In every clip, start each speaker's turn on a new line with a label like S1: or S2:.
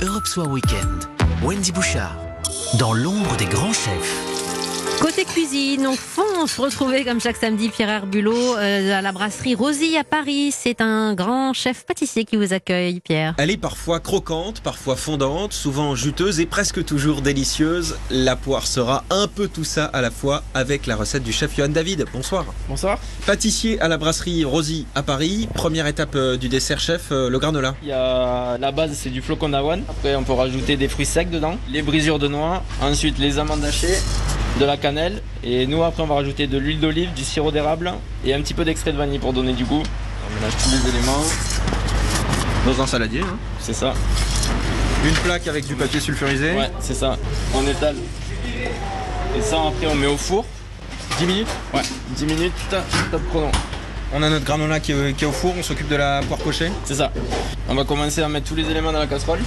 S1: Europe Soir Weekend. Wendy Bouchard, dans l'ombre des grands chefs.
S2: Côté cuisine, on fonce retrouver comme chaque samedi Pierre Herbulot euh, à la brasserie Rosy à Paris. C'est un grand chef pâtissier qui vous accueille, Pierre.
S3: Elle est parfois croquante, parfois fondante, souvent juteuse et presque toujours délicieuse. La poire sera un peu tout ça à la fois avec la recette du chef Johan David. Bonsoir.
S4: Bonsoir.
S3: Pâtissier à la brasserie Rosy à Paris. Première étape euh, du dessert chef, euh, le granola.
S4: Il y a la base, c'est du flocon d'avoine. Après, on peut rajouter des fruits secs dedans, les brisures de noix, ensuite les amandes hachées, de la cannelle. Et nous, après, on va rajouter de l'huile d'olive, du sirop d'érable et un petit peu d'extrait de vanille pour donner du goût. On mélange tous les éléments,
S3: Dans un saladier.
S4: c'est ça.
S3: Une plaque avec du papier sulfurisé.
S4: Ouais, c'est ça. On étale. Et ça, après, on met au four. 10 minutes Ouais, 10 minutes, top chrono.
S3: On a notre granola qui est, qui est au four, on s'occupe de la poire cochée.
S4: C'est ça. On va commencer à mettre tous les éléments dans la casserole.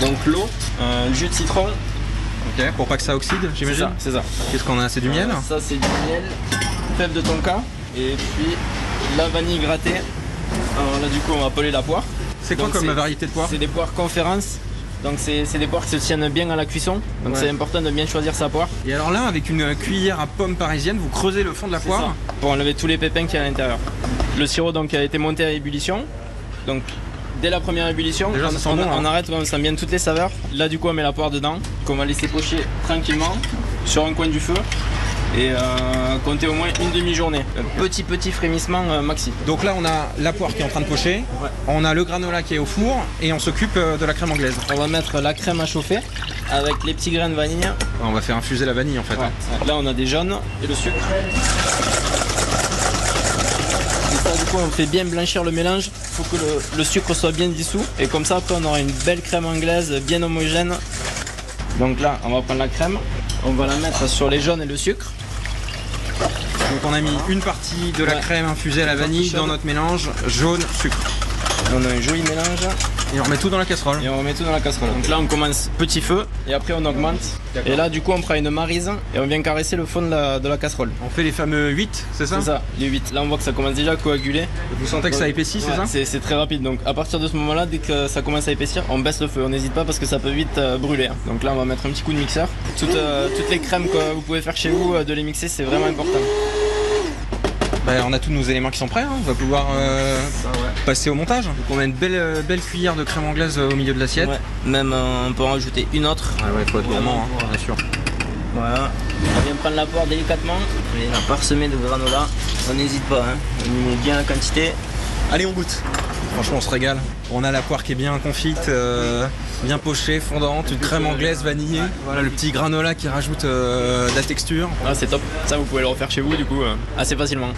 S4: Donc l'eau, euh, le jus de citron,
S3: Ok, pour pas que ça oxyde,
S4: c'est ça,
S3: j'imagine.
S4: c'est ça.
S3: Qu'est-ce qu'on a C'est du miel
S4: Ça c'est du miel, fève de tonka et puis la vanille grattée. Alors là du coup on va appeler la poire.
S3: C'est quoi
S4: Donc,
S3: comme variété de poire
S4: C'est des poires conférence. Donc c'est c'est des poires qui se tiennent bien à la cuisson. Donc
S3: Ouais.
S4: c'est important de bien choisir sa poire.
S3: Et alors là, avec une cuillère à pommes parisienne, vous creusez le fond de la
S4: C'est
S3: poire.
S4: ça. Pour enlever tous les pépins qu'il y a à l'intérieur. Le sirop donc a été monté à ébullition. Donc dès la première ébullition,
S3: Déjà,
S4: on,
S3: ça sent
S4: on-
S3: bon, hein.
S4: on arrête, on sent bien toutes les saveurs. Là du coup on met la poire dedans, qu'on va laisser pocher tranquillement sur un coin du feu. Et euh, compter au moins une demi-journée. Un petit petit frémissement euh, maxi.
S3: Donc là, on a la poire qui est en train de pocher,
S4: Ouais.
S3: on a le granola qui est au four et on s'occupe euh, de la crème anglaise.
S4: On va mettre la crème à chauffer avec les petits grains de vanille.
S3: Ah, On va faire infuser la vanille en fait. hein.
S4: Ouais. Là on a des jaunes et le sucre. Et ça du coup on fait bien blanchir le mélange. Il faut que le, le sucre soit bien dissous. Et comme ça après on aura une belle crème anglaise bien homogène. Donc là on va prendre la crème, on va la mettre sur les jaunes et le sucre.
S3: Donc on a mis une partie de la
S4: Ouais.
S3: crème infusée à la
S4: Une partie
S3: vanille
S4: chaude.
S3: dans notre mélange jaune sucre.
S4: Et on a un joli mélange
S3: Et on remet tout dans la casserole.
S4: et on remet tout dans la casserole. Donc là on commence petit feu et après on augmente. Et là du coup on prend une marise et on vient caresser le fond de la, de la casserole.
S3: On fait les fameux 8, c'est ça,
S4: C'est ça, les 8. Là on voit que ça commence déjà à coaguler.
S3: Vous sentez que ça épaissit,
S4: Ouais,
S3: c'est ça
S4: c'est, c'est très rapide. Donc à partir de ce moment-là, dès que ça commence à épaissir, on baisse le feu. On n'hésite pas parce que ça peut vite euh, brûler. hein. Donc là, on va mettre un petit coup de mixeur. Toutes, euh, toutes les crèmes que vous pouvez faire chez vous, euh, de les mixer, c'est vraiment important.
S3: Bah, On a tous nos éléments qui sont prêts, hein. on va pouvoir euh, passer au montage. Donc on a une belle, euh, belle cuillère de crème anglaise euh, au milieu de l'assiette.
S4: Ouais. Même euh, on peut en rajouter une autre.
S3: Ouais, ouais, faut être gourmand,
S4: Vraiment,
S3: hein, bien sûr.
S4: Voilà. On vient prendre la poire délicatement et la parsemer de granola. On n'hésite pas. hein. On met bien la quantité.
S3: Allez, on goûte. Franchement, on se régale. On a la poire qui est bien confite, euh, bien pochée, fondante, une crème anglaise vanillée. Voilà le petit granola qui rajoute euh, de la texture.
S4: Ah, c'est top. Ça, vous pouvez le refaire chez vous, du coup, euh, assez facilement.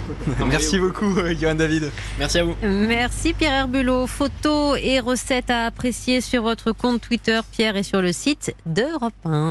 S3: Merci beaucoup, euh, Johan David.
S4: Merci à vous.
S2: Merci Pierre Herbulot. Photos et recettes à apprécier sur votre compte Twitter, Pierre, et sur le site d'Europe 1.